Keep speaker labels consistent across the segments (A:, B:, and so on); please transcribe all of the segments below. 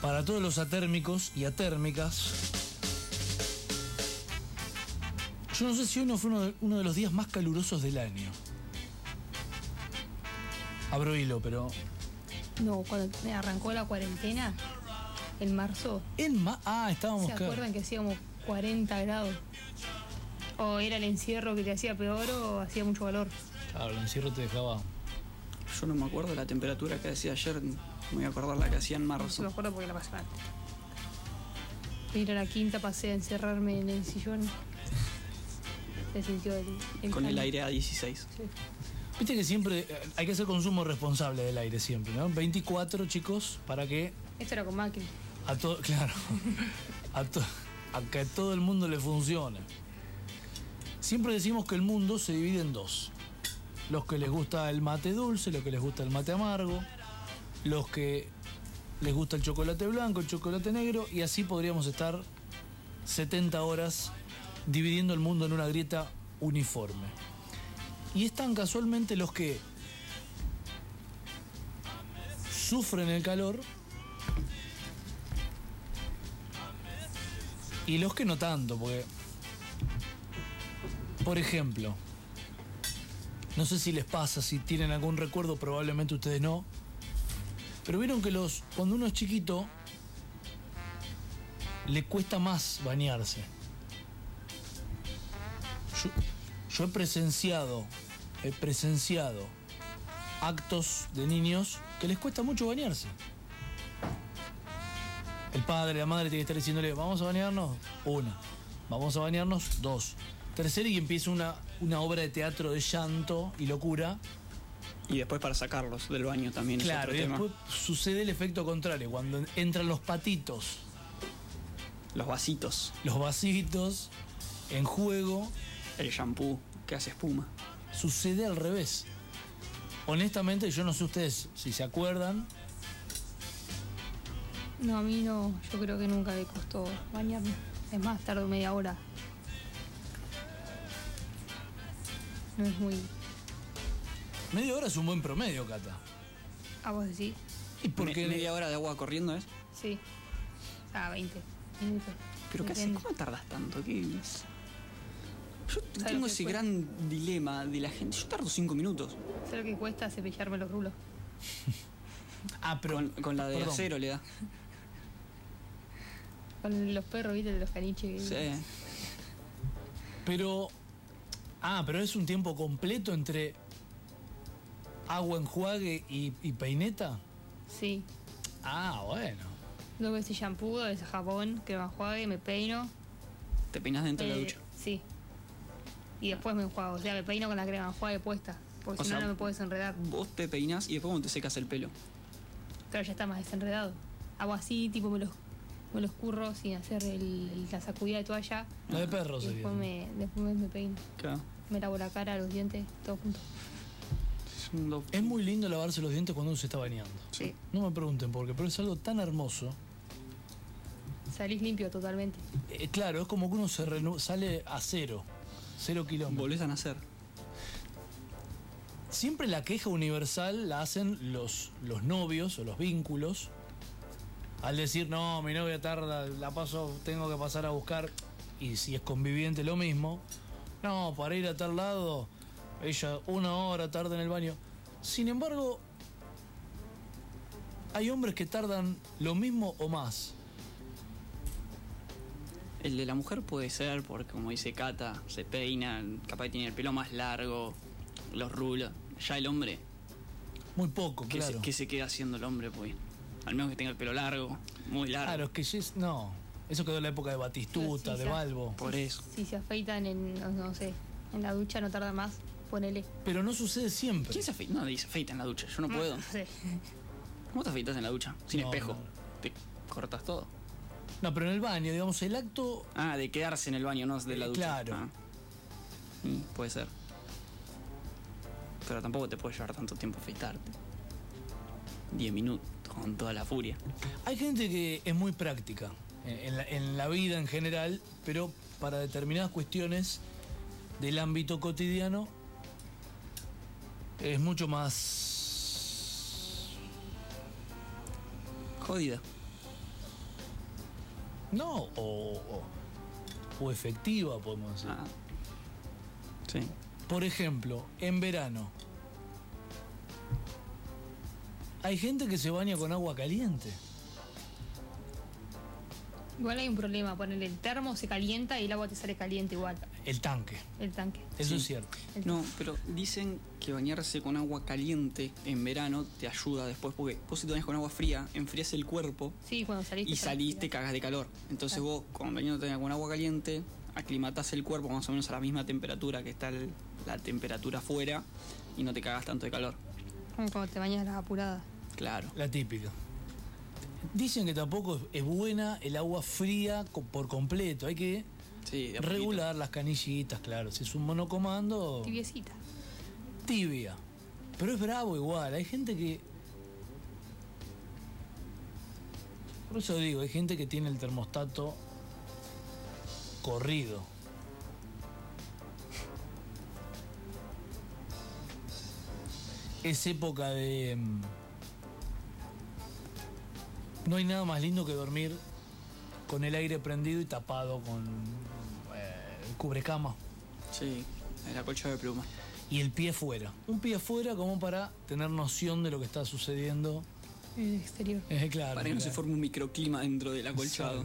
A: Para todos los atérmicos y atérmicas. Yo no sé si hoy no fue uno de, uno de los días más calurosos del año. Abro hilo, pero.
B: No, cuando me arrancó la cuarentena, en marzo,
A: En ma ah, estábamos
B: ¿se
A: ca-
B: acuerdan que hacía como 40 grados? O era el encierro que te hacía peor o hacía mucho calor.
A: Claro, el encierro te dejaba.
C: Yo no me acuerdo la temperatura que hacía ayer, me voy a acordar la que hacía en
B: No se me
C: marzo.
B: acuerdo porque la pasé mal. Ir a la quinta pasé a encerrarme en el sillón. Se sintió el,
C: Con el
B: calor.
C: aire a 16.
B: Sí.
A: Viste que siempre eh, hay que hacer consumo responsable del aire, siempre, ¿no? 24, chicos, para que
B: Esto era con máquina.
A: a todo. Claro. A, to- a que a todo el mundo le funcione. Siempre decimos que el mundo se divide en dos: los que les gusta el mate dulce, los que les gusta el mate amargo, los que les gusta el chocolate blanco, el chocolate negro, y así podríamos estar 70 horas dividiendo el mundo en una grieta uniforme. Y están casualmente los que sufren el calor y los que no tanto, porque... Por ejemplo, no sé si les pasa, si tienen algún recuerdo, probablemente ustedes no, pero vieron que los cuando uno es chiquito le cuesta más bañarse. Yo, yo he presenciado, he presenciado actos de niños que les cuesta mucho bañarse. El padre, la madre tiene que estar diciéndole, vamos a bañarnos, una, vamos a bañarnos, dos. Tercera y empieza una, una obra de teatro de llanto y locura.
C: Y después para sacarlos del baño también
A: Claro,
C: es
A: y
C: otro tema.
A: después sucede el efecto contrario, cuando en- entran los patitos,
C: Los vasitos,
A: los vasitos en juego,
C: el shampoo que hace espuma.
A: sucede al revés. Honestamente, yo no sé ustedes si se acuerdan,
B: No, a mí no, yo creo que nunca me costó bañarme. Es más, tardo media hora. No es muy.
A: media hora es un buen promedio, Cata.
B: ¿A vos decís?
A: Y porque
C: Me- media hora de agua corriendo es.
B: Sí. Ah, 20 minutos.
C: Pero ¿qué haces?
B: Depende.
C: ¿Cómo tardas tanto? ¿Qué es? Yo tengo
B: qué
C: ese
B: fue?
C: gran dilema de la gente. Yo tardo cinco minutos.
B: ¿Sabes lo que cuesta cepillarme los rulos?
A: Ah, pero
C: Con, con la de
A: Perdón.
C: acero le da.
B: Con los perros, viste, de los caniches.
C: Sí.
A: Pero. Ah, pero es un tiempo completo entre agua enjuague y, y peineta.
B: Sí.
A: Ah, bueno.
B: Luego ese shampoo, ese jabón que me enjuague, me peino.
C: Te peinas dentro de
B: eh,
C: la ducha.
B: Sí. Y después me enjuago. O sea, me peino con la crema de enjuague puesta. Porque
C: O
B: si
C: sea,
B: no, no me puedes enredar.
C: Vos te peinas y después cuando te secas el pelo.
B: Pero ya está más desenredado. Hago así, tipo me los, me los curro sin hacer el- el- la sacudida de toalla.
A: La de perro
B: Y
A: sería.
B: después me, después me- me peino.
C: Claro.
B: Me lavo la cara, los dientes, todo junto.
C: Es un do-
A: Es muy lindo lavarse los dientes cuando uno se está bañando.
B: Sí.
A: No me pregunten por qué, pero es algo tan hermoso.
B: Salís limpio totalmente.
A: Eh, claro, es como que uno se reno- sale a cero. Cero kilómetros.
C: Volvés a nacer.
A: Siempre la queja universal la hacen los, los novios o los vínculos. Al decir, no, mi novia tarda, la paso, tengo que pasar a buscar. Y si es conviviente, lo mismo. No, para ir a tal lado, ella una hora tarda en el baño. Sin embargo, hay hombres que tardan lo mismo o más.
C: El de la mujer puede ser porque, como dice Cata, se peina, capaz que tiene el pelo más largo, los rulos. Ya el hombre,
A: Muy poco,
C: ¿qué,
A: claro.
C: se, qué se queda haciendo el hombre? Pues? Al menos que tenga el pelo largo, muy
A: Claro,
C: largo.
A: es que ya es- no. Eso quedó en la época de Batistuta,
B: Sí,
A: de
B: ya.
A: Balbo.
C: Por eso.
B: Si se afeitan en, no, no sé, en la ducha no tarda más, ponele.
A: Pero no sucede siempre.
C: ¿Quién se afeita? Nadie se afeita en la ducha, yo no puedo.
B: No sé.
C: ¿Cómo te afeitas en la ducha? Sin
A: No,
C: espejo.
A: no,
C: Te cortas todo.
A: No, pero en el baño, digamos, el acto
C: Ah, de quedarse en el baño, no de la
A: Eh,
C: ducha.
A: claro.
C: Ah. Mm, puede ser. Pero tampoco te puede llevar tanto tiempo afeitarte. Diez minutos, con toda la furia.
A: Hay gente que es muy práctica en, en la, en la vida en general, pero para determinadas cuestiones del ámbito cotidiano es mucho más
C: Jodida.
A: No, o, o- o efectiva, podemos decir.
C: Ah. Sí.
A: Por ejemplo, en verano. Hay gente que se baña con agua caliente.
B: Igual hay un problema, poner el termo se calienta y el agua te sale caliente igual,
A: El tanque.
B: el tanque.
A: Eso
C: Sí.
A: es cierto.
B: El-
C: No, pero dicen que bañarse con agua caliente en verano te ayuda después, porque vos si te bañas con agua fría, enfrías el cuerpo
B: Sí, cuando saliste.
C: y saliste cagas de calor. Entonces
B: Claro.
C: vos, con bañándote con agua caliente, aclimatás el cuerpo más o menos a la misma temperatura que está el- la temperatura afuera y no te cagas tanto de calor.
B: Como cuando te bañas las apuradas.
C: Claro.
A: La típica. Dicen que tampoco es- es buena el agua fría co- por completo. Hay que
C: Sí, de a poquito.
A: regular las canillitas, claro. Si es un
C: Oh.
A: monocomando,
B: Tibiecita.
A: tibia. Pero es bravo igual. Hay gente que. Por eso digo, hay gente que tiene el termostato corrido. Es época de. mm, No hay nada más lindo que dormir con el aire prendido y tapado con eh, cubrecama
C: Sí, la colcha de pluma.
A: y el pie fuera. Un pie fuera como para tener noción de lo que está sucediendo.
B: En el exterior.
A: Eh, claro.
C: Para que no se
A: claro.
C: forme un microclima dentro del acolchado.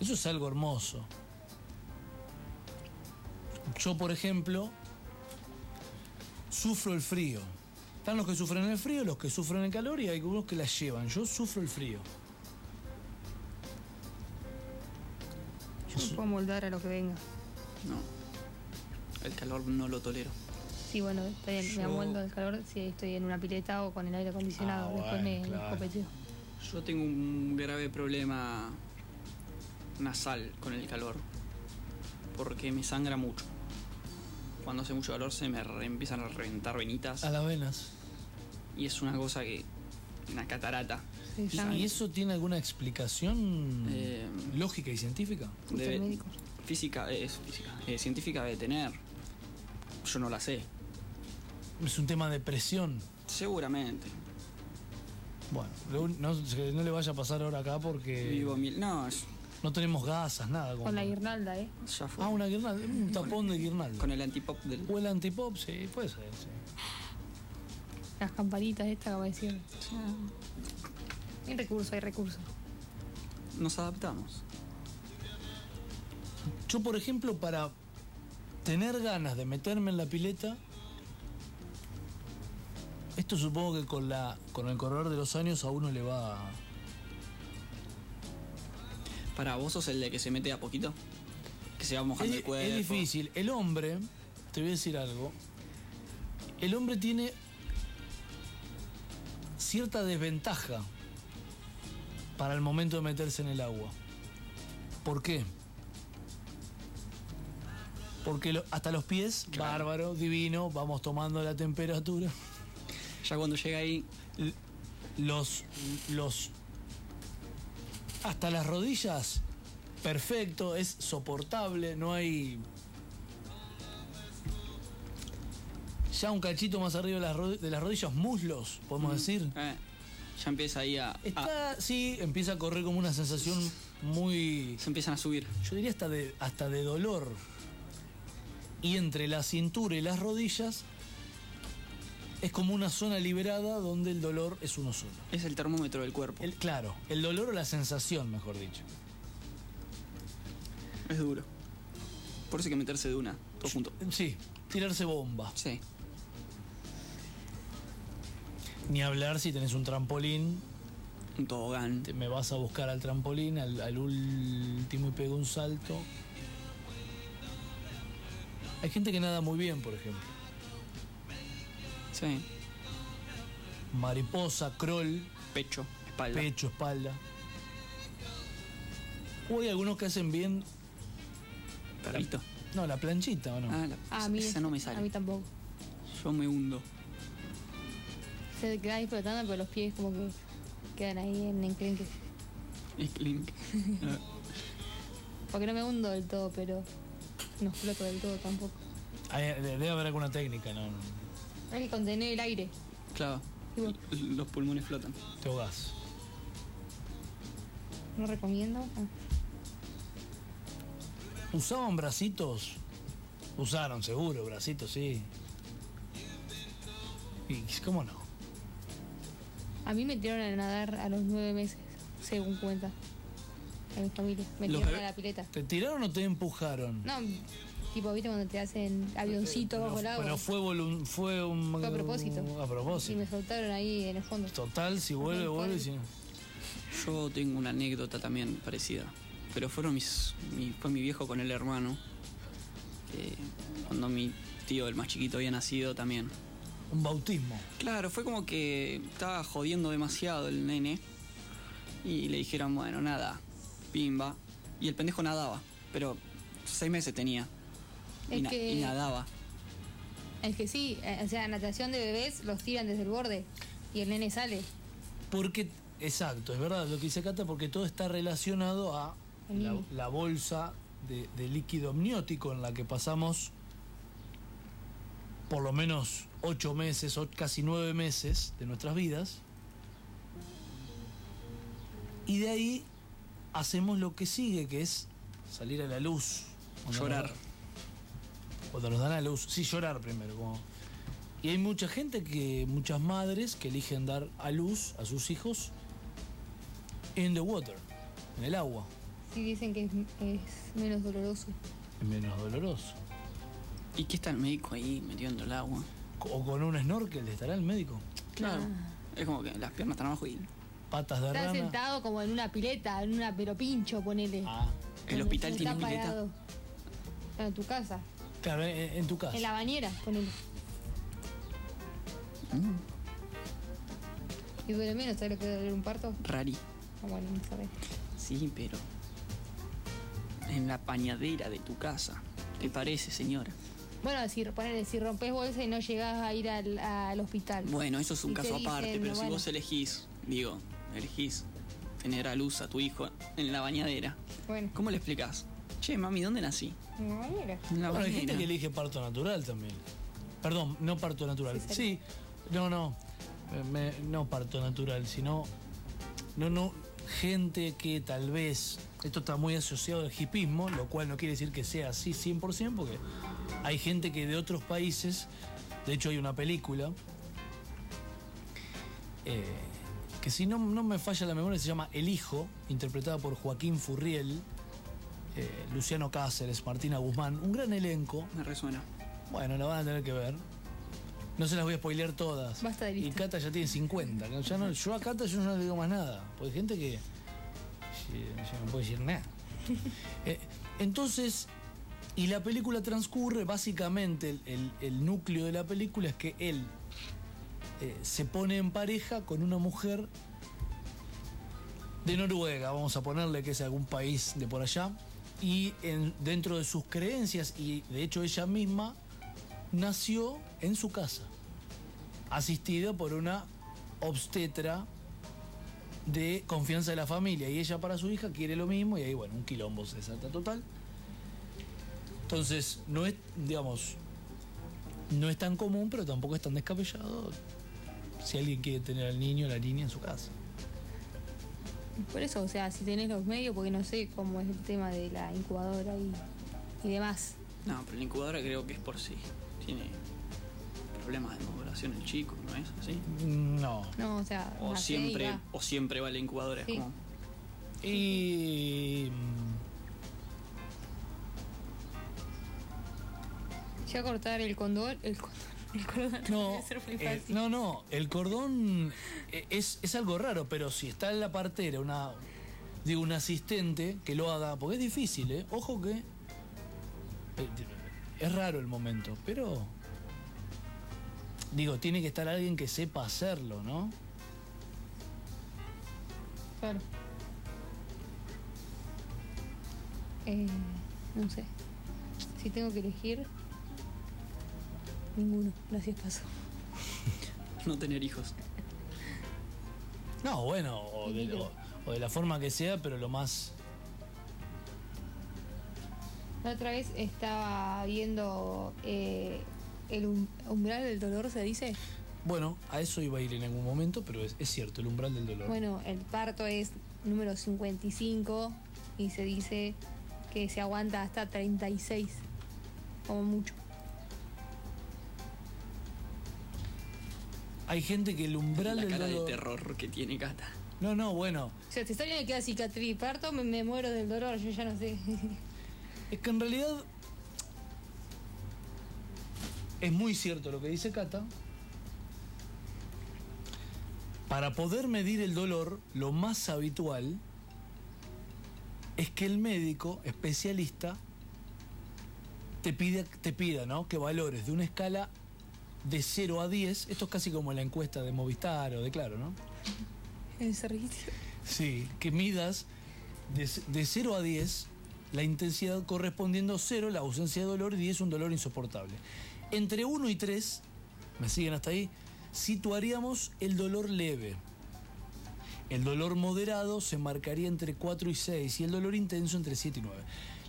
A: Eso es algo hermoso. Yo, por ejemplo, sufro el frío. Están los que sufren el frío, los que sufren el calor y hay algunos que la llevan. Yo sufro el frío.
B: Yo me puedo moldar a lo que venga.
C: No. El calor no lo tolero.
B: Sí, bueno, está bien, me
C: Yo-
B: amoldo del calor si estoy en una pileta o con el aire acondicionado.
A: Ah,
B: Después
A: bueno,
B: me, me
A: claro.
B: escopeteo.
C: Yo tengo un grave problema nasal con el calor. Porque me sangra mucho. Cuando hace mucho calor se me re- empiezan a reventar venitas.
A: A las venas.
C: Y es una cosa que. Una catarata.
B: Sí,
A: ¿Y-
B: sangre.
A: ¿Y eso tiene alguna explicación
C: Eh,
A: lógica y científica?
B: Escucha
C: Debe-
B: al médico.
C: Física, eh, es física. eh, científica debe tener. Yo no la sé.
A: Es un tema de presión.
C: Seguramente.
A: Bueno, lo un- no, que no le vaya a pasar ahora acá porque...
C: Vivo mil. No, es-
A: No tenemos gasas, nada. como-
B: Con
C: Oh.
B: la guirnalda, ¿eh?
C: ya fue.
A: Ah, una guirnalda, un tapón de guirnalda.
C: Con el antipop del.
A: O el antipop, sí, puede ser. sí.
B: Las campanitas estas que aparecieron.
A: Ah.
B: Hay recursos, hay recursos.
C: Nos adaptamos.
A: Yo, por ejemplo, para tener ganas de meterme en la pileta, esto supongo que con, la, con el correr de los años a uno le va...
C: Para vos sos el de que se mete a poquito. Que se va mojando
A: Es,
C: el cuerpo.
A: es difícil. El hombre, te voy a decir algo, el hombre tiene cierta desventaja para el momento de meterse en el agua. ¿Por qué? Porque lo- hasta los pies,
C: Claro.
A: bárbaro, divino, vamos tomando la temperatura.
C: Ya cuando llega ahí,
A: L- Los, los, hasta las rodillas, perfecto, es soportable, no hay... Ya un cachito más arriba de las, rod- de las rodillas, muslos, podemos decir.
C: eh, ya empieza ahí a, a-
A: Está, sí, empieza a correr como una sensación muy...
C: Se empiezan a subir.
A: Yo diría hasta de, hasta de dolor. Y entre la cintura y las rodillas es como una zona liberada donde el dolor es uno solo.
C: Es el termómetro del cuerpo.
A: El, claro, el dolor o la sensación, mejor dicho.
C: Es duro. Por eso hay que meterse de una. Todo junto.
A: Sí, tirarse bomba.
C: Sí.
A: Ni hablar si tenés un trampolín,
C: Un tobogán.
A: te- me vas a buscar al trampolín, al, al último y pego un salto. Hay gente que nada muy bien, por ejemplo.
C: Sí.
A: Mariposa, crawl,
C: Pecho. Espalda.
A: pecho, espalda. O hay algunos que hacen bien.
C: Perrito.
A: No, la planchita o no.
C: Ah, la-
B: A mí,
C: esa no me
B: A mí
C: sale.
B: tampoco.
C: Yo me hundo.
B: Se queda ahí flotando, pero los pies como que quedan ahí en enclenque.
C: Es Eh, clink.
B: Porque no me hundo del todo, pero no floto del todo tampoco.
A: Hay- de- Debe haber alguna técnica, ¿no?
B: Hay que contener el aire.
C: claro.
B: Y bueno,
C: Los pulmones flotan.
A: Te ahogás.
B: No recomiendo. Ah,
A: ¿Usaban bracitos? Usaron, seguro, bracitos, sí. ¿Y cómo no?
B: A mí me tiraron a nadar a los nueve meses, según cuenta. A mi familia. Me
C: Los
B: tiraron
C: bebés-
B: a la pileta.
A: ¿Te tiraron o te empujaron?
B: No, tipo, viste cuando te hacen avioncito
A: pero,
B: bajo el agua.
A: pero fue, volun- fue un...
B: Fue a propósito.
A: A
B: Y
A: propósito.
B: me soltaron ahí en el fondo.
A: Total, si vuelve,
B: Ujú,
A: vuelve. y
B: fue-
A: Si... no-
C: Yo tengo una anécdota también parecida, pero fueron mis, mi- fue mi viejo con el hermano, que cuando mi tío, el más chiquito, había nacido también.
A: Un bautismo.
C: Claro, fue como que estaba jodiendo demasiado el nene y le dijeron, bueno, nada, pimba. Y el pendejo nadaba, pero seis meses tenía y,
B: Es
C: na-
B: que-
C: y nadaba.
B: Es que sí, eh, o sea, natación de bebés los tiran desde el borde y el nene sale.
A: Porque, exacto, es verdad lo que dice Cata, porque todo está relacionado a
B: El
A: la,
B: niño.
A: la bolsa de, de líquido amniótico en la que pasamos por lo menos ocho meses, o casi nueve meses de nuestras vidas. Y de ahí hacemos lo que sigue, que es salir a la luz. Cuando
C: Llorar.
A: nos- cuando nos dan a luz. Sí, llorar primero. como- Y hay mucha gente que, muchas madres que eligen dar a luz a sus hijos in the water, en el agua.
B: Sí dicen que es, es menos doloroso.
A: Es menos doloroso.
C: ¿Y qué está el médico ahí metiendo el agua?
A: O con un snorkel, ¿estará el médico?
C: Claro.
B: Ah.
C: Es como que las piernas están abajo y
A: Patas de
B: Está
A: rana.
B: sentado como en una pileta, en una pero pincho, ponele.
A: Ah,
C: el
B: Cuando
C: hospital
B: está
C: tiene pileta.
B: parado. Está en tu casa,
A: claro, en, en tu casa.
B: en la bañera, ponele.
C: Mm,
B: Y duele menos, ¿sabes lo que duele un parto?
C: rari.
B: Ah, bueno, no sabés.
C: Sí, pero en la pañadera de tu casa. ¿Te parece, señora?
B: Bueno, si, ponele, si rompes bolsa y no llegás a ir al, al hospital.
C: Bueno, eso es un
B: Y te
C: caso aparte,
B: dicen,
C: pero si
B: bueno.
C: vos elegís, digo, elegís tener a luz a tu hijo en la bañadera,
B: Bueno,
C: ¿cómo le explicás? Che, mami, ¿dónde nací?
B: en la bañera.
C: En la
A: Bueno, hay gente que
C: bañera.
A: elige parto natural también. Perdón, no parto natural.
B: Sí,
A: Sí, no, no. Me- me- no parto natural, sino. No, no. Gente que tal vez. Esto está muy asociado al hipismo, lo cual no quiere decir que sea así 100%, porque hay gente que de otros países. De hecho, hay una película. eh, que si no, no me falla la memoria, se llama El Hijo, interpretada por Joaquín Furriel, eh, Luciano Cáceres, Martina Guzmán, un gran elenco.
C: Me resuena.
A: Bueno, la van a tener que ver. No se las voy a spoilear todas.
B: Basta de
A: y
B: lista.
A: Cata ya tiene 50. ¿no? Ya no- yo a Cata yo no le digo más nada. Porque hay gente que. Ya ya no puede decir nada. Eh, entonces. Y la película transcurre, básicamente el, el- el núcleo de la película es que él eh, se pone en pareja con una mujer de Noruega, vamos a ponerle que es algún país de por allá, y en- dentro de sus creencias, y de hecho ella misma, nació en su casa, asistida por una obstetra de confianza de la familia, y ella para su hija quiere lo mismo, y ahí, bueno, un quilombo se desata total. Entonces, no es, digamos, no es tan común, pero tampoco es tan descabellado si alguien quiere tener al niño o la niña en su casa.
B: Por eso, o sea, si tenés los medios, porque no sé cómo es el tema de la incubadora y, y demás.
C: No, pero la incubadora creo que es por sí. Tiene problemas de modulación el chico, ¿no es así?
A: No.
B: No, o sea,
C: O
B: nacé y
C: siempre,
B: va.
C: o siempre va la incubadora. es
B: Sí.
C: como-
A: Y. mm,
B: Ya cortar el condón, el condón, el cordón
A: No,
B: debe ser muy
A: eh,
B: fácil.
A: no, no, el cordón eh, es, es algo raro, pero si está en la partera, una digo, un asistente que lo haga, porque es difícil, ¿eh? Ojo que eh, es raro el momento, pero digo, tiene que estar alguien que sepa hacerlo, ¿no?
B: Claro. Eh, no sé. Si tengo que elegir. Ninguno. Gracias, paso.
C: no tener hijos.
A: No, bueno, o de, o- o de la forma que sea, pero lo más
B: La otra vez estaba viendo eh, el um- umbral del dolor, se dice.
A: Bueno, a eso iba a ir en algún momento, pero es, es cierto, el umbral del dolor.
B: Bueno, el parto es número 55 y se dice que se aguanta hasta 36, como mucho.
A: Hay gente que el umbral
C: La
A: del
C: cara de
A: dolor.
C: terror que tiene Cata.
A: no, no, bueno.
B: O sea, te está bien que queda cicatriz, parto, me, me muero del dolor, yo ya no sé.
A: Es que en realidad es muy cierto lo que dice Cata. Para poder medir el dolor, lo más habitual es que el médico especialista te pida, te pida ¿no? que valores de una escala de 0 a 10. Esto es casi como la encuesta de Movistar o de Claro, ¿no?
B: el servicio.
A: Sí, que midas de, de 0 a 10 la intensidad correspondiendo a 0, la ausencia de dolor, y 10 un dolor insoportable. Entre 1 y 3, ¿me siguen hasta ahí? Situaríamos el dolor leve. El dolor moderado se marcaría entre 4 y 6 y el dolor intenso entre 7 y 9.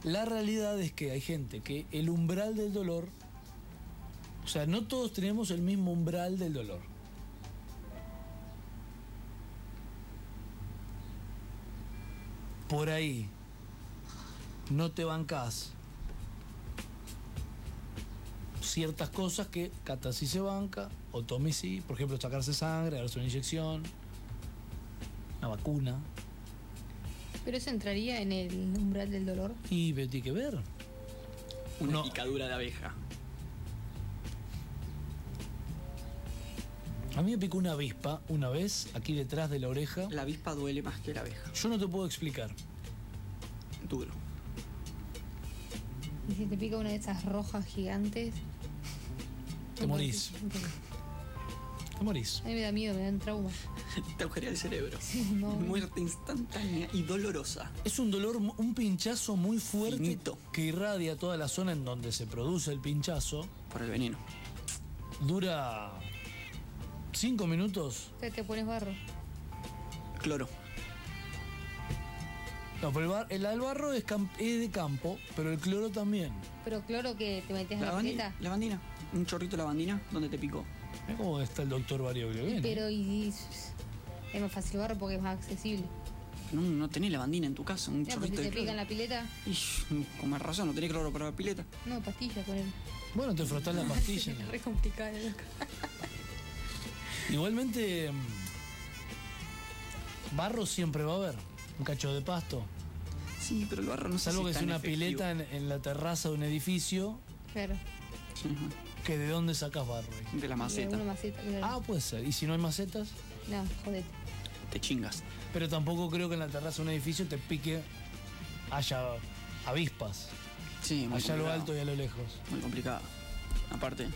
A: La realidad es que hay gente que el umbral del dolor, o sea, no todos tenemos el mismo umbral del dolor. por ahí no te bancás ciertas cosas que Cata sí se banca, o Tommy sí, por ejemplo, sacarse sangre, darse una inyección, una vacuna,
B: Pero eso entraría en el umbral del dolor.
A: y Betty que ver.
C: Una
A: No.
C: picadura de abeja.
A: A mí me picó una avispa una vez aquí detrás de la oreja.
C: La avispa duele más que la abeja.
A: Yo no te puedo explicar.
C: Duro.
B: Y si te pica una de esas rojas gigantes.
A: Te morís. Te morís.
B: A mí me da miedo, me dan trauma.
C: Te agujera el cerebro.
B: Sí, no.
C: Muerte instantánea y dolorosa.
A: Es un dolor, mu- un pinchazo muy fuerte
C: Finito.
A: que irradia toda la zona en donde se produce el pinchazo.
C: Por el veneno.
A: dura cinco minutos.
B: Te, te pones barro.
C: Cloro.
A: No, pero el, bar- el albarro es, cam- es de campo, pero el cloro también.
B: Pero claro que te metes a
C: La,
B: la
C: bandi-
B: pileta.
C: la bandina. Un chorrito de la bandina donde te picó.
A: Mirá cómo está el doctor Variable. Bien, ¿eh?
B: Pero y, y- es más fácil barro porque es más accesible.
C: No, no tenés la bandina en tu casa. Un
B: Ya, porque
C: chorrito
B: te
C: de
B: pica en
C: cloro.
B: la pileta.
C: Ish, con más razón, no tenés cloro para la pileta.
B: No, pastillas con él.
A: Bueno, te frotás la pastilla.
B: Re complicado. loco.
A: Igualmente, mm, barro siempre va a haber. Un cacho de pasto.
C: Sí, pero el barro no sé
A: Salvo
C: si
A: que es
C: tan
A: una
C: efectivo.
A: pileta en, en la terraza de un edificio,
B: Claro.
C: Sí,
A: que de dónde sacas barro. ahí?
C: De la
B: Y
C: maceta.
B: Una maceta. claro.
A: Ah, puede ser. Y si no hay macetas,
B: No, jodete.
C: Te chingas.
A: pero tampoco creo que en la terraza de un edificio te pique haya avispas.
C: Sí, muy
A: Allá a lo
C: complicado.
A: alto y a lo lejos.
C: Muy complicado. Aparte,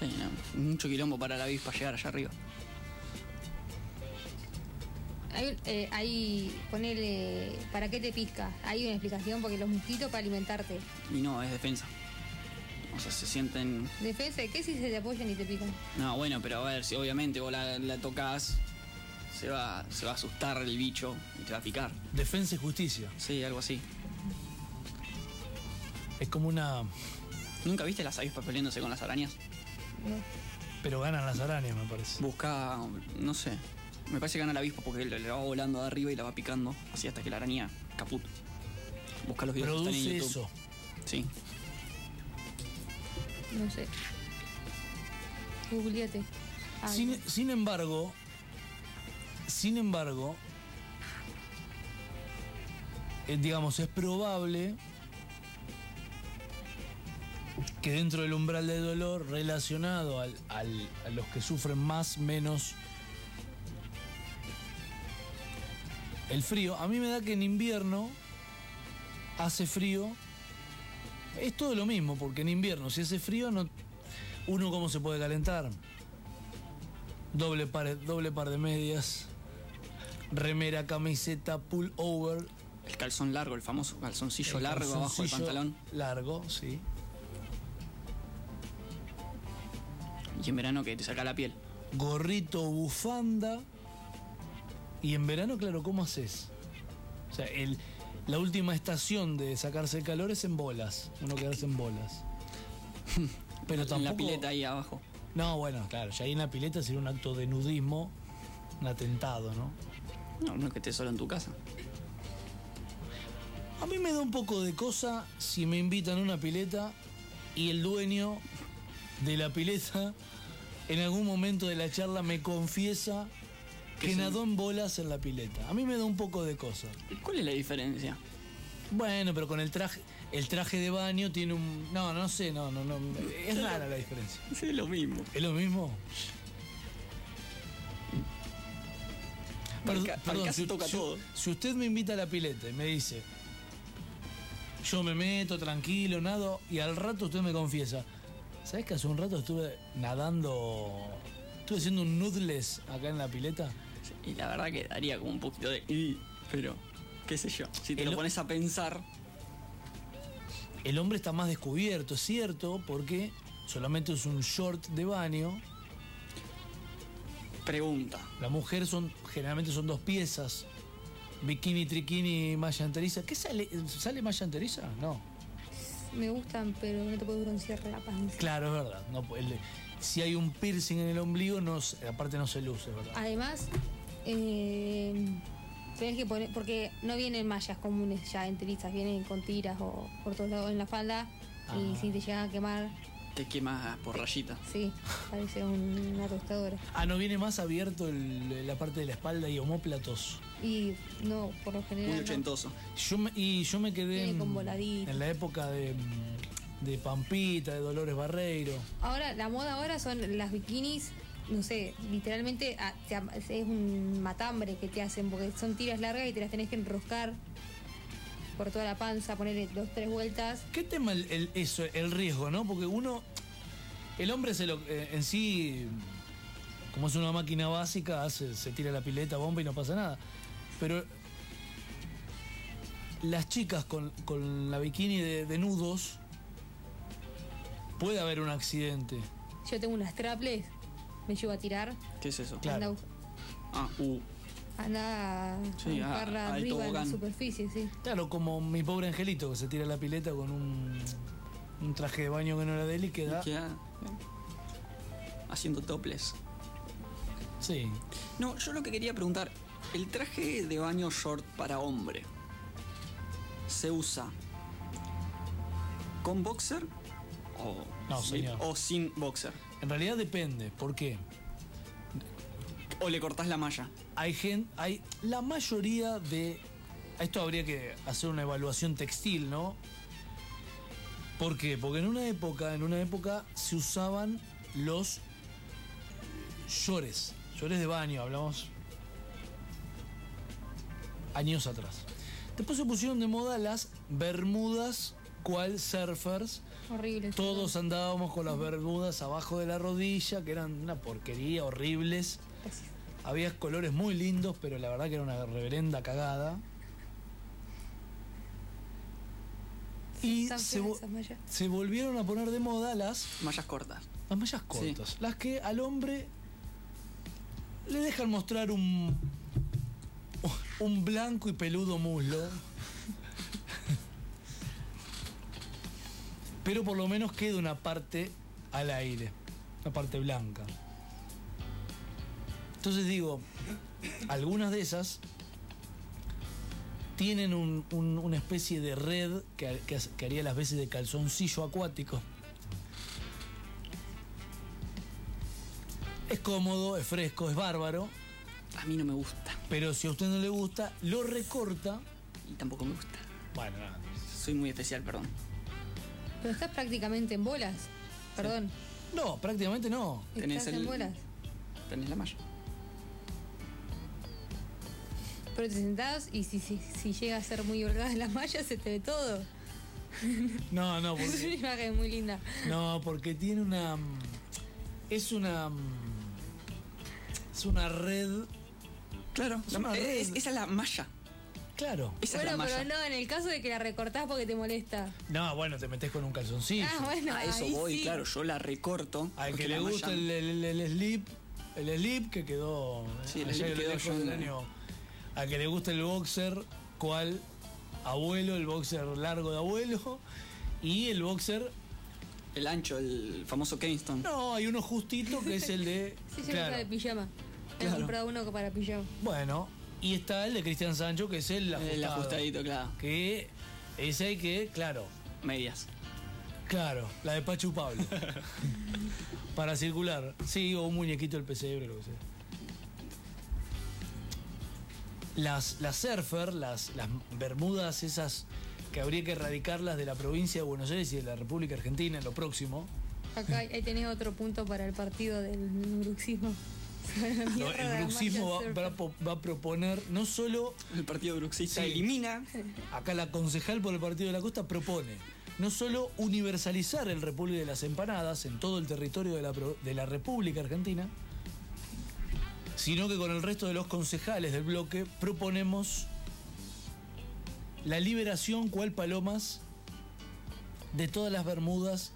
C: sí, no, mucho quilombo para la avispa llegar allá arriba.
B: Hay, un- eh, hay ponele, ¿para qué te pisca? Hay una explicación porque los mosquitos para alimentarte.
C: Y no, es defensa. O sea, se sienten.
B: Defensa, ¿qué si se te apoyan y te pican?
C: No, bueno, pero a ver, si obviamente vos la, la tocas, se va, se va a asustar el bicho y te va a picar.
A: Defensa y justicia.
C: Sí, algo así.
A: Es como una.
C: ¿Nunca viste las avispas peleándose con las arañas?
B: No.
A: Pero ganan las arañas, me parece.
C: Busca, no sé. Me parece que gana la avispa porque le, le va volando de arriba y la va picando. Así hasta que la araña caput. Busca los videos que están
A: Produce
C: en YouTube.
A: eso.
C: Sí.
B: No sé. Googleate. Ah, Ay,
A: Sin, sin embargo. Sin embargo. eh, digamos, es probable. Que dentro del umbral del dolor, relacionado al- al- a los que sufren más, menos. El frío. A mí me da que en invierno. Hace frío. Es todo lo mismo, porque en invierno, si hace frío, no, uno cómo se puede calentar. Doble par, doble par de medias, remera, camiseta, pullover.
C: El calzón largo, el famoso calzoncillo
A: el
C: largo abajo del
A: calzoncillo
C: pantalón.
A: Largo, sí.
C: Y en verano que te saca la piel.
A: Gorrito, bufanda. Y en verano, claro, ¿cómo haces? O sea, el- la última estación de sacarse el calor es en bolas. Uno quedarse en bolas. Pero
C: En
A: tampoco.
C: la pileta ahí abajo.
A: No, bueno, claro, ya ahí en la pileta sería un acto de nudismo, un atentado, ¿no?
C: No, no es que estés solo en tu casa.
A: A mí me da un poco de cosa si me invitan a una pileta y el dueño de la pileta en algún momento de la charla me confiesa que
C: Que se-
A: nadó en bolas en la pileta. A mí me da un poco de cosa.
C: ¿Cuál es la diferencia?
A: Bueno, pero con el traje, el traje de baño tiene un no, no sé, no, no, no, es rara la diferencia.
C: Sí, lo mismo.
A: ¿Es lo mismo? Perdón,
C: Acá- acá
A: perdón,
C: se
A: si-
C: toca
A: si-
C: todo.
A: Si usted me invita a la pileta y me dice, yo me meto tranquilo, nado, y al rato usted me confiesa, ¿sabes que hace un rato estuve nadando, estuve haciendo un nudles acá en la pileta?
C: Y la verdad que daría como un poquito de... "Y", Pero, qué sé yo. Si te
A: El
C: lo
A: o-
C: pones a pensar,
A: El hombre está más descubierto, es cierto, porque solamente es un short de baño,
C: pregunta.
A: la mujer son generalmente son dos piezas, bikini, triquini, malla enteriza. ¿Qué sale? ¿Sale malla enteriza? No.
B: Me gustan, pero no te puedo broncear la panza.
A: Claro, es verdad. No, pues, el- si hay un piercing en el ombligo, no, se- aparte no se luce, es ¿verdad?
B: Además, eh, tenés que poner, porque no vienen mallas comunes ya enterizas, vienen con tiras o por todos lados en la falda. Y
A: Ah.
B: si te llegan a quemar,
C: Te quemas por rayita.
B: sí, parece un- una tostadora.
A: Ah, no viene más abierto el- la parte de la espalda y homóplatos.
B: Y no, por lo general.
C: Muy
B: Eh, no.
C: ochentoso.
A: Yo me- y yo me quedé
B: Viene
A: en,
B: con voladita.
A: en la época de, de Pampita, de Dolores Barreiro.
B: Ahora, la moda ahora son las bikinis, no sé, literalmente a- te am- es un matambre que te hacen, porque son tiras largas y te las tenés que enroscar por toda la panza, ponerle dos, tres vueltas.
A: ¿Qué tema el, el- eso, el riesgo, no? Porque uno, el hombre se lo, eh, en sí, como es una máquina básica, hace, se tira la pileta, bomba y no pasa nada. Pero las chicas con, con la bikini de, de nudos, puede haber un accidente.
B: Yo tengo unas traples, me llevo a tirar.
C: ¿Qué es eso?
A: Claro.
B: Anda, a bus-
C: Ah, uh.
B: anda a
C: Sí, a-
A: ah,
B: buscarla
C: al
B: arriba en la
C: tobogán.
B: superficie, sí.
A: Claro, como mi pobre angelito que se tira la pileta con un, un traje de baño que no era de él y queda...
C: Ya. Haciendo toples.
A: Sí.
C: No, yo lo que quería preguntar, el traje de baño short para hombre se usa con boxer o,
A: No,
C: sin-
A: señor.
C: o sin boxer.
A: En realidad depende. ¿Por qué?
C: O le cortás la malla.
A: hay gente, hay la mayoría de esto habría que hacer una evaluación textil, ¿no? ¿Por qué? Porque en una época, en una época se usaban los llores, llores de baño, hablamos años atrás. Después se pusieron de moda las bermudas cual surfers,
B: Horrible.
A: todos andábamos con las bermudas abajo de la rodilla, que eran una porquería, horribles.
B: Gracias.
A: Había colores muy lindos, pero la verdad que era una reverenda cagada. Y
B: Tan
A: se,
B: feas
A: vo-
B: esas mallas.
A: se volvieron a poner de moda las,
C: Mallas cortas.
A: las mallas cortas, las que al hombre le dejan mostrar un, un blanco y peludo muslo. Pero por lo menos queda una parte al aire, una parte blanca. Entonces digo, algunas de esas tienen un- un- una especie de red que, que- que haría las veces de calzoncillo acuático. Es cómodo, es fresco, es bárbaro,
C: A mí no me gusta.
A: pero si a usted no le gusta, lo recorta.
C: Y tampoco me gusta.
A: Bueno, nada.
C: Soy muy especial, perdón.
B: Pero estás prácticamente en bolas. Perdón.
A: no, prácticamente no.
C: Tenés
B: Estás en
C: el-
B: bolas.
C: Tenés la malla.
B: Pero te sentás y si, si, si llega a ser muy holgada la malla, se te ve todo.
A: No, no,
B: Es
A: porque,
B: una imagen muy linda.
A: no, porque tiene una. mm, Es una. mm, Es una red.
C: Claro,
A: es una red.
C: esa es la malla.
A: Claro.
C: Esa es la
B: bueno,
C: malla.
B: pero no, en el caso de que la recortás porque te molesta.
A: No, bueno, te metes con un calzoncillo.
B: ah, bueno,
C: A eso
B: ahí
C: voy,
B: sí.
C: claro. Yo la recorto.
A: Al
C: porque
A: que le
C: la
A: gusta
C: malla-
A: el, el, el- el slip, el slip que quedó.
C: Sí, el
A: allá
C: slip
A: a lo
C: quedó
A: lejos
C: yo en
A: del
C: la-
A: año. Al que le gusta el boxer, cual abuelo, el boxer largo de abuelo y el boxer
C: El ancho, el famoso Kingston.
A: No, hay uno justito que es el de.
B: Sí, yo
A: claro.
B: uso de pijama. He
C: Claro.
B: comprado uno para pijama.
A: Bueno, y está el de Cristian Sancho, que es el ajustado.
C: el ajustadito, claro.
A: Que es el que, claro,
C: Medias.
A: claro, la de Pachu Pablo. Para circular. Sí, o un muñequito del pesebre, lo que sea. Las, las surfer, las, las bermudas esas que habría que erradicarlas de la provincia de Buenos Aires y de la República Argentina en lo próximo.
B: Acá ahí tenés otro punto para el partido del bruxismo.
A: No, el bruxismo va, va a po- va a proponer no solo
C: El partido bruxista
A: Sí.
C: elimina.
A: Acá la concejal por el Partido de la Costa propone no solo universalizar el repulgue de las empanadas en todo el territorio de la, pro- de la República Argentina, sino que con el resto de los concejales del bloque proponemos la liberación cual palomas de todas las Bermudas.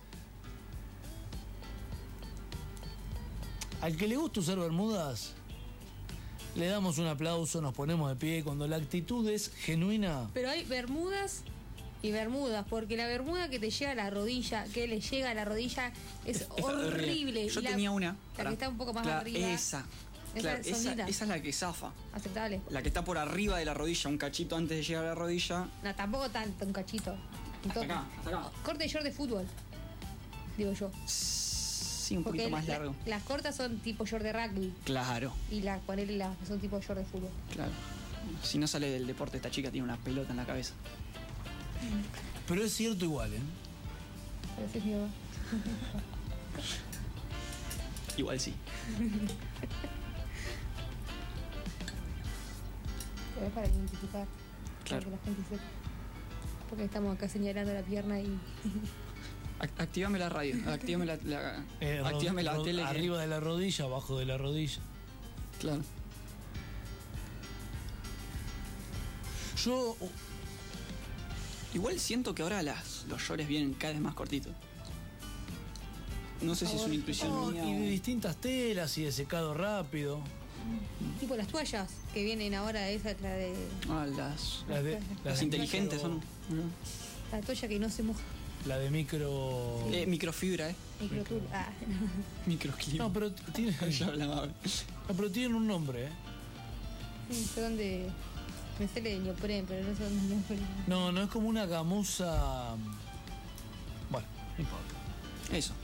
A: Al que le gusta usar Bermudas, le damos un aplauso, nos ponemos de pie cuando la actitud es genuina.
B: Pero hay bermudas y bermudas, porque la bermuda que te llega a la rodilla, que le llega a la rodilla, es,
C: Está
B: horrible.
C: Yo
B: Y la-
C: tenía una.
B: La
C: pará.
B: que está un poco más
C: Claro,
B: arriba.
C: Esa.
B: Esa
C: Claro, esa,
B: sondita.
C: esa es la que zafa.
B: Aceptable.
C: La que está por arriba de la rodilla, un cachito antes de llegar a la rodilla.
B: No, tampoco tanto, un cachito. Un
C: Hasta
B: toque.
C: acá, hasta acá.
B: Corte short de fútbol, digo yo.
C: Sí, un
B: Porque
C: poquito más
B: la-
C: largo.
B: las cortas son tipo short de rugby
C: Claro,
B: y las ponele las que son tipo short de fútbol.
C: claro. Si no sale del deporte, esta chica tiene una pelota en la cabeza.
A: Pero es cierto igual, ¿eh?
B: Pero ese es mi hogar.
C: Igual sí.
B: Pero es para identificar. Para
C: Claro.
B: que la gente sepa. Porque estamos acá señalando la pierna y.
C: Ac- Activame la radio, activame la, la-
A: Eh, ro-
C: activame la
A: ro-
C: tele. que-
A: Arriba de la rodilla, abajo de la rodilla.
C: Claro.
A: Yo, oh,
C: Igual siento que ahora las, los shorts vienen cada vez más cortitos. No sé si es una intuición
A: oh,
C: mía
A: y de
C: o-
A: distintas telas y de secado rápido.
B: Tipo las toallas que vienen ahora, esa la de.
C: Ah, las,
A: Las, de-
C: las
A: de
C: inteligentes
A: micro-
C: son.
B: La toalla que no se moja.
A: La de micro.
C: Eh, microfibra, eh.
B: Microtul. Ah,
C: Microclima.
A: No, pero t- tiene-
C: Ya hablaba.
A: no, pero tienen un nombre, ¿eh?
B: no sé dónde. Me sale de neopren, pero no sé dónde es neopren.
A: No, no es como una gamuza. Bueno, no importa.
C: Eso.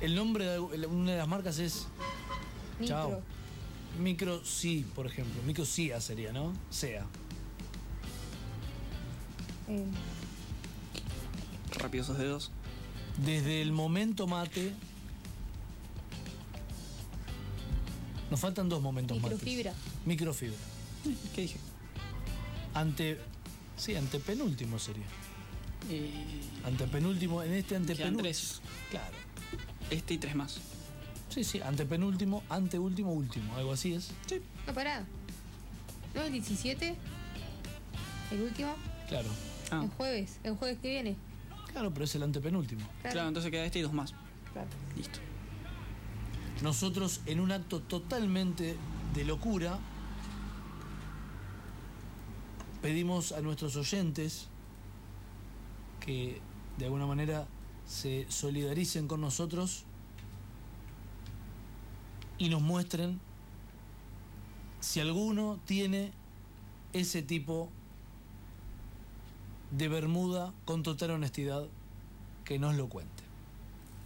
A: El nombre de algu- el- una de las marcas es.
B: Nitro.
A: Chao. Micro sí, por ejemplo. Micro SIA sería, ¿no? SEA.
B: Eh,
C: Rápido esos dedos.
A: Desde el momento mate. Nos faltan dos momentos mates.
B: Microfibra.
A: Microfibra.
C: ¿Qué dije?
A: Ante. Sí, antepenúltimo sería.
C: Eh,
A: Antepenúltimo, en este
C: quedan
A: antepenúltimo.
C: tres.
A: Claro.
C: Este y tres más.
A: Sí, sí, antepenúltimo, anteúltimo, último. Algo así es.
C: Sí.
B: No, pará. ¿No el 17? ¿El último?
A: Claro.
C: Ah,
B: El jueves. El jueves que viene.
A: Claro, pero es el antepenúltimo.
C: claro, entonces queda este y dos más.
B: claro.
C: Listo.
A: Nosotros, en un acto totalmente de locura, pedimos a nuestros oyentes que de alguna manera se solidaricen con nosotros y nos muestren si alguno tiene ese tipo de bermuda con total honestidad, que nos lo cuente.